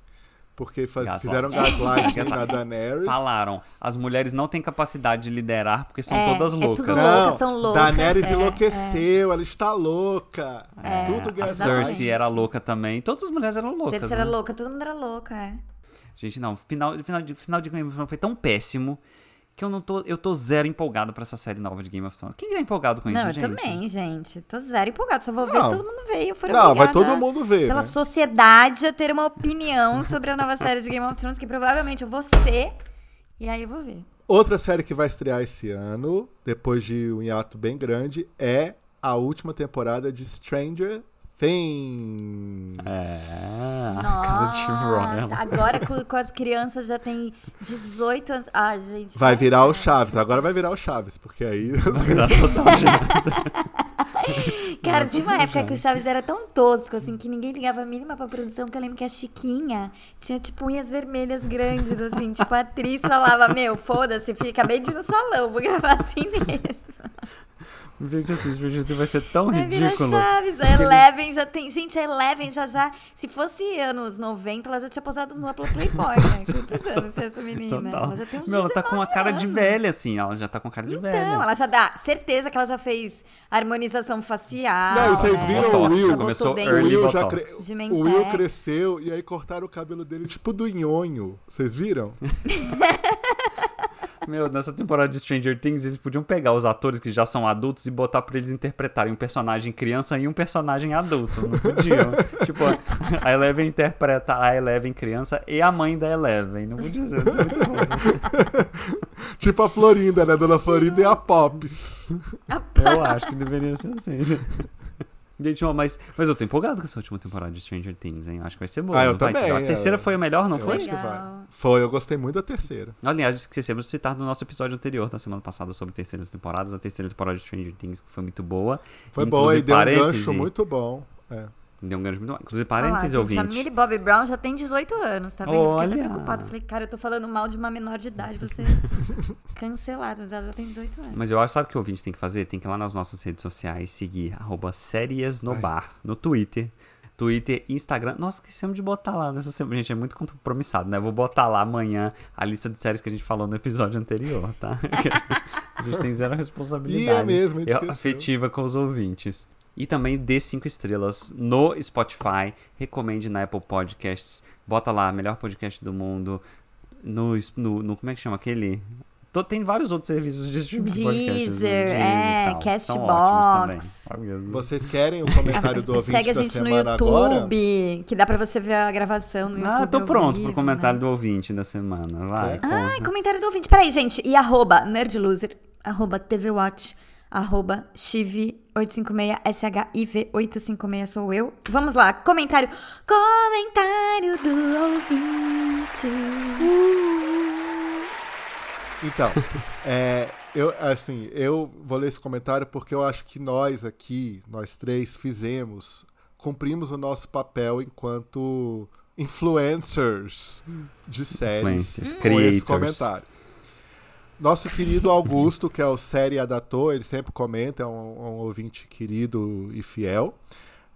porque faz-
Gaslight.
fizeram
É.
Gaslightning na Daenerys.
Falaram, as mulheres não têm capacidade de liderar porque são
É,
todas
é
loucas.
tudo
Não,
loucas, são loucas,
Daenerys
é,
enlouqueceu, ela está louca.
É,
Tudo
a
gaslight.
Cersei
Exatamente.
era louca também. Todas as mulheres eram loucas.
Cersei era
né?
louca, todo mundo era louca, é.
Gente, não, final, final, de, final de Game of Thrones foi tão péssimo que eu não tô. Eu tô zero empolgado pra essa série nova de Game of Thrones. Quem é empolgado com
Não, eu
isso, gente?
também, gente. Tô zero empolgado. Só vou ver
Não.
se todo mundo veio. For
Não, vai
obrigada
todo mundo ver,
Pela
né?
sociedade a ter uma opinião sobre a nova série de Game of Thrones, que provavelmente eu vou ser. E aí eu vou ver.
Outra série que vai estrear esse ano, depois de um hiato bem grande, é a última temporada de Stranger Things.
É. a cara de Ron,
Nossa,
ela-
agora com, com as crianças já tem 18 anos. Ah, gente.
Vai
nossa.
virar o Chaves, agora vai virar o Chaves, porque aí.
Ela total já-
Cara, tinha uma época que o Chaves era tão tosco, assim, que ninguém ligava a mínima pra produção, que eu lembro que a Chiquinha tinha, tipo, unhas vermelhas grandes, assim. tipo, a atriz falava, meu, foda-se, fi, acabei de ir no salão, vou gravar assim mesmo.
Gente, assim, esse vídeo vai ser tão
Vai virar
ridículo.
Chaves. A Eleven já tem... Gente, a Eleven já já... Se fosse anos 90, ela já tinha posado no Apple Playboy, né? Quantos anos tem essa menina?
Total.
Ela já tem uns
Meu, ela tá com uma
19
cara de
anos.
velha, assim. Ela já tá com cara de velha.
um Então, ela já dá certeza que ela já fez harmonização facial.
Não, e vocês
né?
viram
Já-
o
já
Will?
botou
Começou
dente.
O
Early
Will, já
Botox.
cre-
De
o Will
Mentex.
cresceu e aí cortaram o cabelo dele tipo do nhonho. Vocês viram?
Meu, nessa temporada de Stranger Things, eles podiam pegar os atores que já são adultos e botar pra eles interpretarem um personagem criança e um personagem adulto. Não podiam. tipo, a Eleven interpreta a Eleven criança e a mãe da Eleven. Não podia ser. Isso é muito bom.
tipo a Florinda, né? Dona Florinda e a Pops.
Eu acho que deveria ser assim. Gente, ó, mas, mas eu tô empolgado com essa última temporada de Stranger Things, hein? Acho que vai ser boa.
Ah, eu
não vai,
também,
Thiago? A
eu-
terceira foi a melhor, não
Eu
foi?
acho que vai.
Legal.
Foi, eu gostei muito da terceira.
Aliás, esquecemos de citar no nosso episódio anterior, da semana passada, sobre terceiras temporadas. A terceira temporada de Stranger Things que foi muito boa.
Foi boa e deu um
Inclusive,
gancho
parêntese.
muito bom. É.
Deu um grande muito bom. Inclusive,
Olha lá,
parênteses,
gente, A
ouvinte.
Millie Bobby Brown já tem 18 anos, tá vendo? Eu Fiquei
Olha.
até preocupada. Falei, cara, eu tô falando mal de uma menor de idade, você cancelado, mas ela já tem 18 anos.
Mas eu acho, sabe o que o ouvinte tem que fazer? Tem que ir lá nas nossas redes sociais seguir arroba séries no bar, no Twitter. Twitter, Instagram. Nossa, esquecemos de botar lá nessa semana. Gente, é muito compromissado, né? Eu Vou botar lá amanhã a lista de séries que a gente falou no episódio anterior, tá? a gente tem zero responsabilidade.
E é mesmo, a gente
É
esqueceu.
afetiva com os ouvintes. E também dê cinco estrelas no Spotify. Recomende na Apple Podcasts. Bota lá, melhor podcast do mundo. No, es- no, no- como é que chama aquele? Tô- tem vários outros serviços de streaming de podcast.
Deezer,
né? e
é,
tal.
Castbox.
São ótimos também. Olha,
Vocês querem o comentário do ouvinte
Segue a
da
gente no
semana
YouTube,
agora?
que dá pra você ver a gravação no YouTube.
Ah, tô
ao
pronto
vivo,
pro comentário
né?
do ouvinte da semana. Vai.
É.
conta.
Ai, comentário do ouvinte. Peraí, gente. E arroba nerdloser, arroba tvwatch, arroba chiv856, shiv856 sou eu. Vamos lá, comentário. Comentário do ouvinte.
Então, é, eu, assim, eu vou ler esse comentário porque eu acho que nós aqui, nós três, fizemos, cumprimos o nosso papel enquanto influencers de séries
Influencers,
com esse
creators.
comentário. Nosso querido Augusto, que é o série Adator, ele sempre comenta, é um, um ouvinte querido e fiel.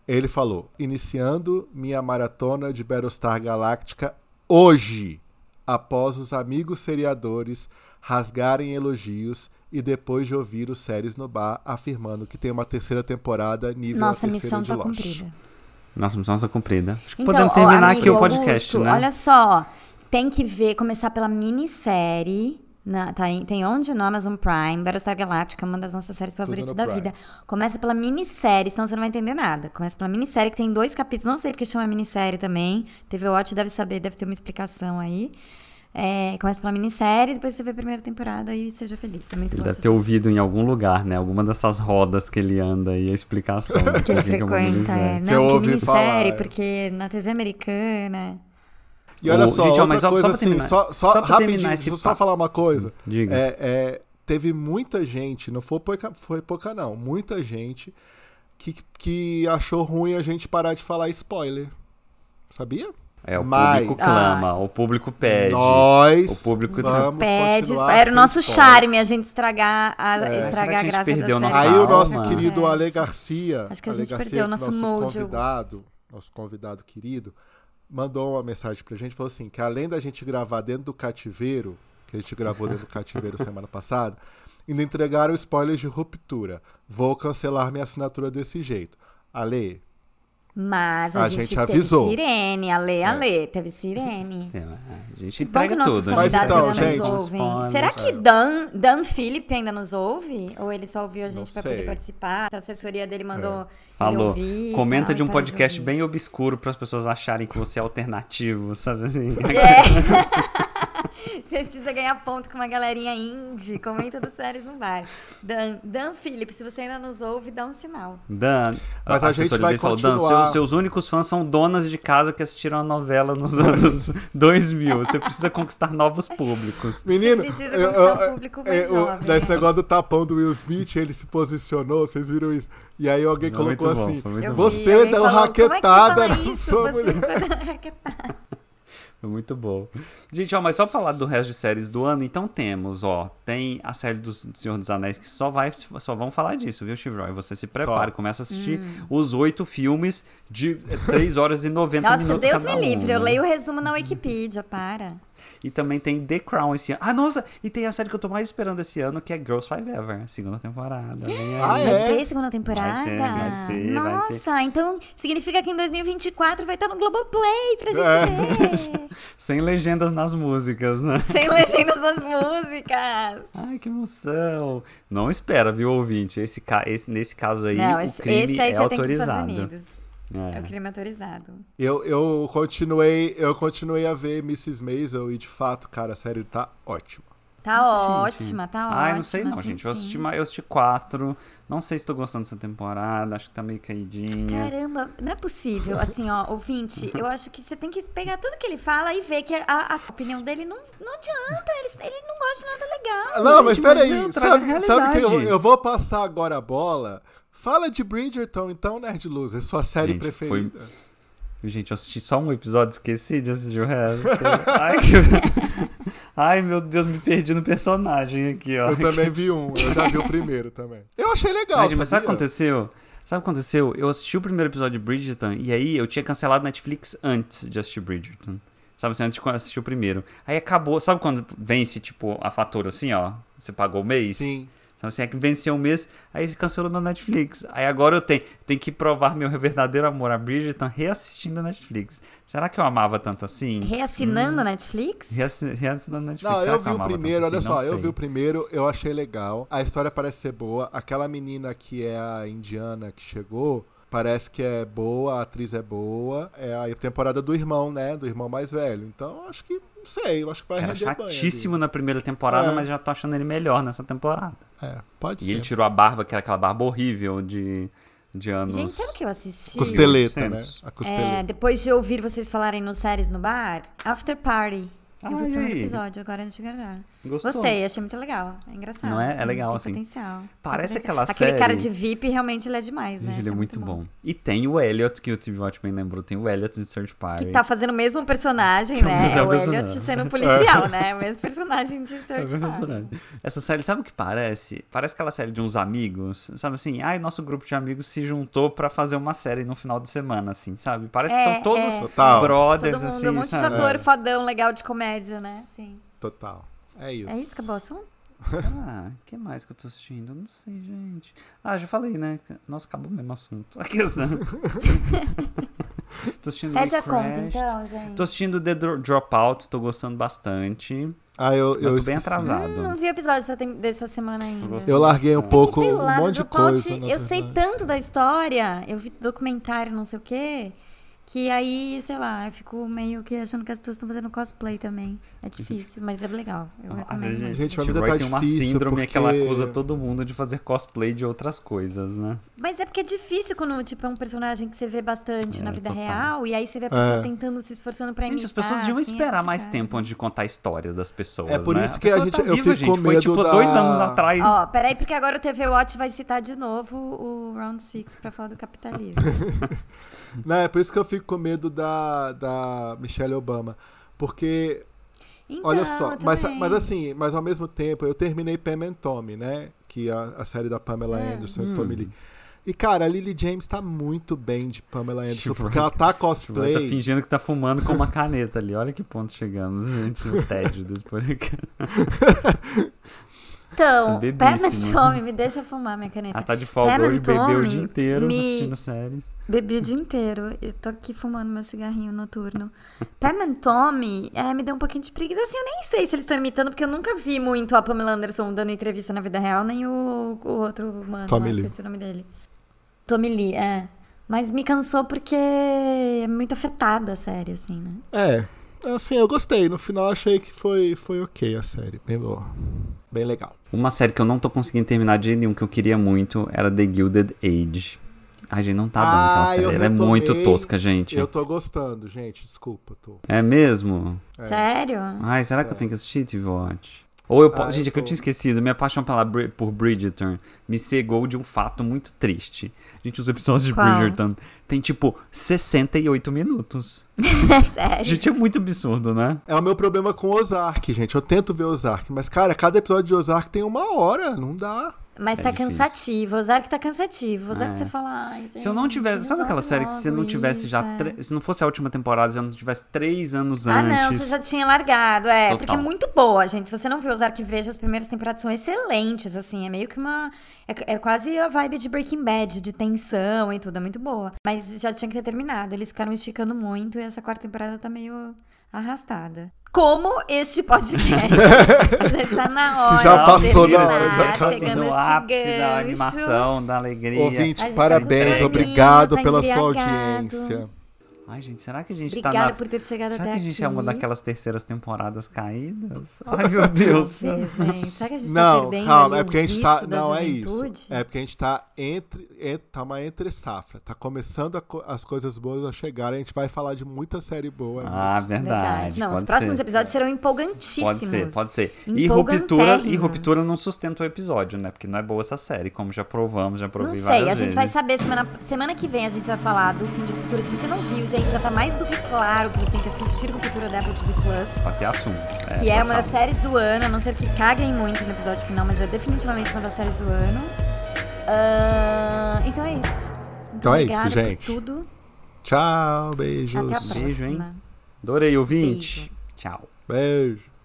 Ele falou: iniciando minha maratona de Battlestar Galáctica hoje, após os amigos seriadores rasgarem elogios e depois de ouvir os séries no bar afirmando que tem uma terceira temporada nível
Nossa,
a
a
terceira
missão
de
tá
Lost.
cumprida.
Nossa, missão está cumprida. Acho que
Então,
podemos
ó,
terminar
amigo
aqui o podcast,
Augusto,
né?
Olha só, tem que ver, começar pela minissérie. Na, tá em- tem onde? No Amazon Prime. Battlestar Galactica, uma das nossas séries favoritas
no
da
Prime.
vida. Começa pela minissérie, senão você não vai entender nada. Começa pela minissérie, que tem dois capítulos. Não sei porque chama minissérie também. TV Watch deve saber, deve ter uma explicação aí. É, começa pela minissérie, depois você vê a primeira temporada e seja feliz. Também muito
Ele
boa
deve
essa
ter ouvido em algum lugar, né? Alguma dessas rodas que ele anda e a explicação. né?
que ele
Dizem é uma
frequenta.
minissérie.
é.
Que eu
Não, que
ouvi
minissérie,
falar. é.
porque na TV americana.
E olha
Ô,
só,
gente, ó,
outra
mas só- só
coisa
pra
assim,
terminar-
só, só,
só pra terminar
rapidinho,
esse
deixa eu só
papo.
falar uma coisa.
Diga.
É, é, teve muita gente, não foi pouca, foi pouca não, muita gente que, que achou ruim a gente parar de falar spoiler. Sabia?
É, o
Mas-
público clama,
Ah.
o público pede.
Nós
É O público tá-
vamos
Pede,
continuar
era o
sem
nosso
spoiler.
charme a gente estragar a,
É, Será que
estragar
a
a,
gente
graça É.
perdeu
da
nossa
série.
Aí o
Calma.
nosso querido Ale Garcia,
Acho que a
Ale
gente
Garcia,
perdeu
que
nosso
nosso
molde.
convidado, nosso convidado querido, mandou uma mensagem pra gente, falou assim, que além da gente gravar dentro do cativeiro, que a gente gravou dentro do cativeiro semana passada, ainda entregaram spoilers de ruptura. Vou cancelar minha assinatura desse jeito. Ale,
Mas a,
A
gente,
gente
teve
avisou. É.
sirene, Ale, Ale, teve sirene.
É, a gente
Que bom que
entrega
nossos
tudo. a gente
convidados
Mas então,
entrega
ainda
gente,
nos
tudo.
ouvem.
Spoiler.
Será que Dan, Dan Philip ainda nos ouve? Ou ele só ouviu a gente pra poder
sei. É.
participar? A assessoria dele mandou ele
Falou.
ouvir e
Comenta
tal, então,
de
e
um
parou
podcast
ouvir.
bem obscuro para as pessoas acharem que você é alternativo, sabe assim?
É. Você precisa ganhar ponto com uma galerinha indie. Comenta do Séries no Bar. Dan, Dan Phillips, se você ainda nos ouve, dá um sinal.
Dan,
Mas a gente
assessora
vai
dele falou, Dan,
continuar.
seu- seus únicos fãs são donas de casa que assistiram a novela nos anos 2000. Você precisa conquistar novos públicos.
Menino,
Você precisa
eu-
conquistar
eu-
um público mais
eu-
jovem,
desse
né?
negócio do tapão do Will Smith, ele se posicionou, vocês viram isso? E aí alguém
Não,
colocou
muito bom,
assim:
foi muito
Eu
bom.
Você
vi, alguém
deu
falou,
raquetada
Como é que você
na
fala isso?
sua
Você
mulher."
foi dar raquetada.
Muito bom. Gente, ó, mas só pra falar do resto de séries do ano, então temos, ó, tem a série do Senhor dos Anéis que só vai, só vão falar disso, viu, Chivroy? Você se prepara,
Só.
começa a assistir
Hum.
os oito filmes de 3 horas e 90
Nossa,
minutos
Deus
cada
me
um,
livre. Eu
né?
leio o resumo na Wikipedia, para.
E também tem The Crown esse ano. Ah, nossa, e tem a série que eu tô mais esperando esse ano, que é Girls Five Ever, segunda temporada. Vem
Ah,
aí.
Vai
é?
ter segunda temporada?
Vai ter, vai ter, vai
Nossa, então significa que em 2024 vai estar no Globoplay pra gente
É.
ver.
Sem legendas nas músicas, né?
Sem legendas das músicas.
Ai, que emoção. Não espera, viu, ouvinte? Esse, ca- esse- nesse caso aí,
Não,
o
esse,
crime
esse aí
é
você tem que ir pros Estados
autorizado.
Unidos. É
É.
o crime autorizado.
Eu, eu continuei, eu continuei a ver Mrs. Maisel e de fato, cara, a série tá ótima.
Tá
Nossa, gente.
ótima, tá ótima.
Ai, não sei não,
sim,
gente. Eu
sim.
assisti, ma- eu assisti quatro. Não sei se tô gostando dessa temporada. Acho que tá meio caidinha.
Caramba, não é possível. Assim, ó, ouvinte, eu acho que você tem que pegar tudo que ele fala e ver que a, a opinião dele não, não adianta. Ele, ele não gosta de nada legal.
Não, mas
Ah, mas
peraí,
eu trago a
sabe, sabe que eu,
realidade.
eu vou passar agora a bola? Fala de Bridgerton, então, Nerd Loser, sua série
Gente, foi-
preferida.
Gente, eu assisti só um episódio, esqueci de assistir o resto. Ai, que- Ai, meu Deus, me perdi no personagem aqui, ó.
Eu também vi um, eu já vi o primeiro também. Eu achei legal,
Gente, mas sabe o
sabia?
que aconteceu? Sabe o que aconteceu? Eu assisti o primeiro episódio de Bridgerton e aí eu tinha cancelado Netflix antes de assistir Bridgerton. Sabe, assim, antes de assistir o primeiro. Aí acabou, sabe quando vence, tipo, a fatura assim, ó? Você pagou o mês?
Sim.
Sabe assim, é que venceu um mês, aí cancelou meu Netflix. Aí agora eu tenho, tenho que provar meu verdadeiro amor a Bridgerton reassistindo a Netflix. Será que eu amava tanto assim?
Reassinando a Netflix?
Reassi- Reassinando a Netflix.
Não,
será
eu
que
vi o
amava tanto
primeiro,
assim?
olha
Não
só, eu
sei.
vi o primeiro, eu achei legal. A história parece ser boa. Aquela menina que é a indiana que chegou, parece que é boa, a atriz é boa. É a temporada do irmão, né? Do irmão mais velho. Então, acho que, não sei, eu acho que vai
Era
render bem. ali.
chatíssimo na primeira temporada,
É.
mas já tô achando ele melhor nessa temporada.
É, pode
E ele
ser.
tirou a barba, que era aquela barba horrível de, de anos.
Gente, sabe o que eu assisti?
Costeleta, né?
Santos.
A
É,
costeleta.
depois de ouvir vocês falarem nos séries no bar, After Party.
Ah,
eu
e
vi o primeiro
aí?
episódio agora antes de gravar.
Gostou?
Gostei, achei muito legal. É engraçado.
Não é? É
assim,
legal,
tem
assim.
Potencial. Tem
Parece
potencial.
aquela
Aquele cara
série-
de VIP realmente ele é demais, né?
Gente, ele é, muito bom. E tem o Elliot, que o TV Watchmen lembrou, tem o Elliot de Search Party.
Que tá fazendo o mesmo personagem,
é o
né?
mesmo
É o Elliot
personagem.
sendo um policial, né? O mesmo personagem de Search
É
Party.
impressionante. Essa série, sabe o que parece? Parece aquela série de uns amigos, sabe assim? Ai, nosso grupo de amigos se juntou pra fazer uma série no final de semana, assim, sabe? Parece que
É,
são todos
é.
Total.
Todo
brothers,
mundo,
assim,
um monte de
sabe?
ator fodão, legal de comédia, né? Sim.
Total. É isso.
É isso, acabou o assunto?
Ah, o que mais que eu tô assistindo? Eu não sei, gente. Ah, já falei, né? Nossa, acabou o mesmo assunto. Aqui, né? tô assistindo
Pede a
The Crashed.
conta, então, gente.
Tô assistindo The Dro- Dropout, tô gostando bastante.
Ah, eu, eu
Mas tô bem
esqueci.
atrasado.
Hum, não vi o episódio dessa, tem- dessa semana ainda.
gostei.
Eu larguei um
É que,
pouco,
sei
um
lá,
monte de
do Dropout,
coisa. né, na
Eu sei
verdade.
tanto da história, eu vi documentário, não sei o quê, que aí, sei lá, eu fico meio que achando que as pessoas estão fazendo cosplay também. É difícil, mas é legal. Eu
Às
recomendo.
vezes,
muito.
gente,
Gente,
gente
a vida tá
tem uma
difícil,
síndrome que ela
porque-
acusa todo mundo de fazer cosplay de outras coisas, né?
Mas é porque é difícil quando, tipo, é um personagem que você vê bastante
É,
na vida
total.
real, e aí você vê a pessoa
É.
tentando, se esforçando pra imitar.
Gente, as pessoas deviam
assim, é
esperar mais
complicado.
tempo antes de contar histórias das pessoas.
É por
né?
isso que a
pessoa
gente-
tá
eu
viva,
fico
gente.
com
Foi
medo
tipo
da-
dois anos atrás.
Ó, peraí, porque agora o TV Watch vai citar de novo o Round Six pra falar do capitalismo.
Não, é por isso que eu fico com medo da, da Michelle Obama. Porque,
Então,
olha só,
eu
mas,
também.
mas assim, mas ao mesmo tempo eu terminei Pam and Tommy, né? Que é a, a série da Pamela
É.
Anderson e Tommy Lee. E, cara, a Lily James tá muito bem de Pamela Anderson,
Chivroy-
porque ela tá
Ela
cosplay.
tá fingindo que tá fumando com uma caneta ali. Olha que ponto chegamos, gente. O tédio desse podcast.
É
Então,
Bebíssima.
Peppermint Tommy, me deixa fumar minha caneta.
Ela tá de folga hoje,
Cameron
bebeu o
Tommy
dia inteiro
me-
assistindo séries.
Bebi o dia inteiro. Eu tô aqui fumando meu cigarrinho noturno. Pam Tommy é, me deu um pouquinho de preguiça. Assim, eu nem sei se eles estão imitando, porque eu nunca vi muito a Pamela Anderson dando entrevista na vida real, nem o, o outro mano.
Tommy
lá,
Lee.
Esqueci o nome dele. Tommy Lee, é. Mas me cansou porque é muito afetada a série, assim, né?
É, Assim, eu gostei. No final achei que foi, foi ok a série. Bem boa. Bem legal.
Uma série que eu não tô conseguindo terminar de jeito nenhum, que eu queria muito, era The Gilded Age. Ai, gente, não tá dando
Ah,
aquela
eu
série. Ela é
retomei.
muito tosca, gente.
Eu tô gostando, gente. Desculpa, tô.
É mesmo?
Sério?
Ai, será que eu tenho que assistir TV Watch? Ou eu po...
É. Ah, eu
Gente, é que eu
tô.
tinha esquecido. Minha paixão pela Bri- por Bridgerton me cegou de um fato muito triste. Gente, os episódios de
Qual?
Bridgerton tem tipo 68 minutos.
Sério.
Gente, é muito absurdo, né?
É o meu problema com Ozark, gente. Eu tento ver Ozark, mas, cara, cada episódio de Ozark tem uma hora, não dá.
Mas
É
tá
difícil.
cansativo. Ozark tá cansativo. Ozark
É.
que você fala, ai, gente,
Se eu não tivesse. Sabe aquela
resolve
série que se eu não
logo
tivesse já.
isso, é.
tre- Se não fosse a última temporada, se eu não tivesse três anos
Ah,
antes.
não, você já tinha largado. É,
Total.
porque é muito boa, gente. Se você não viu Ozark, veja. As primeiras temporadas são excelentes, assim. É meio que uma... É, é quase a vibe de Breaking Bad, de tensão e tudo. É muito boa. Mas já tinha que ter terminado. Eles ficaram esticando muito e essa quarta temporada tá meio arrastada. Como este podcast. já está na hora.
Que já
de
passou da
terminar,
hora, já passou.
pegando
do
este
ápice da
tá gancho.
animação, da alegria.
Ouvinte,
A gente tá
parabéns,
com soninho,
obrigado
tá
pela sua
embriagado.
audiência.
Ai, gente, será que a gente tá
Obrigada
na.
por ter chegado
Será
até
que a gente
aqui.
é uma daquelas terceiras temporadas caídas? Ai, meu Deus.
Talvez, hein? Será que a gente tá
Não,
perdendo
calma,
ali
é
o
porque a gente
vício
tá.
da
Não, é isso.
juventude?
É porque a gente tá entre. en- tá uma entre safra. Tá começando a co- as coisas boas a chegar. A gente vai falar de muita série boa.
Ah, verdade.
Verdade. Não, os
pode
próximos
ser.
episódios serão empolgantíssimos.
Pode ser, pode ser. E ruptura, e ruptura não sustenta o episódio, né? Porque não é boa essa série, como já provamos, já provei
Não
várias
sei,
vezes.
a gente vai saber semana, semana que vem a gente vai falar do fim de Ruptura. Se você não viu, gente, já tá mais do que claro que você tem que assistir Ruptura da Apple TV Plus,
Pra ter assunto.
que é uma
total.
das séries do ano, a não ser que caguem muito no episódio final, mas é definitivamente uma das séries do ano. Ahn, então é isso. Muito
Então é isso,
obrigada por
gente.
tudo.
Tchau,
Até a
beijos.
próxima.
Beijo, hein? Adorei, ouvinte.
Beijo.
Tchau.
Beijo.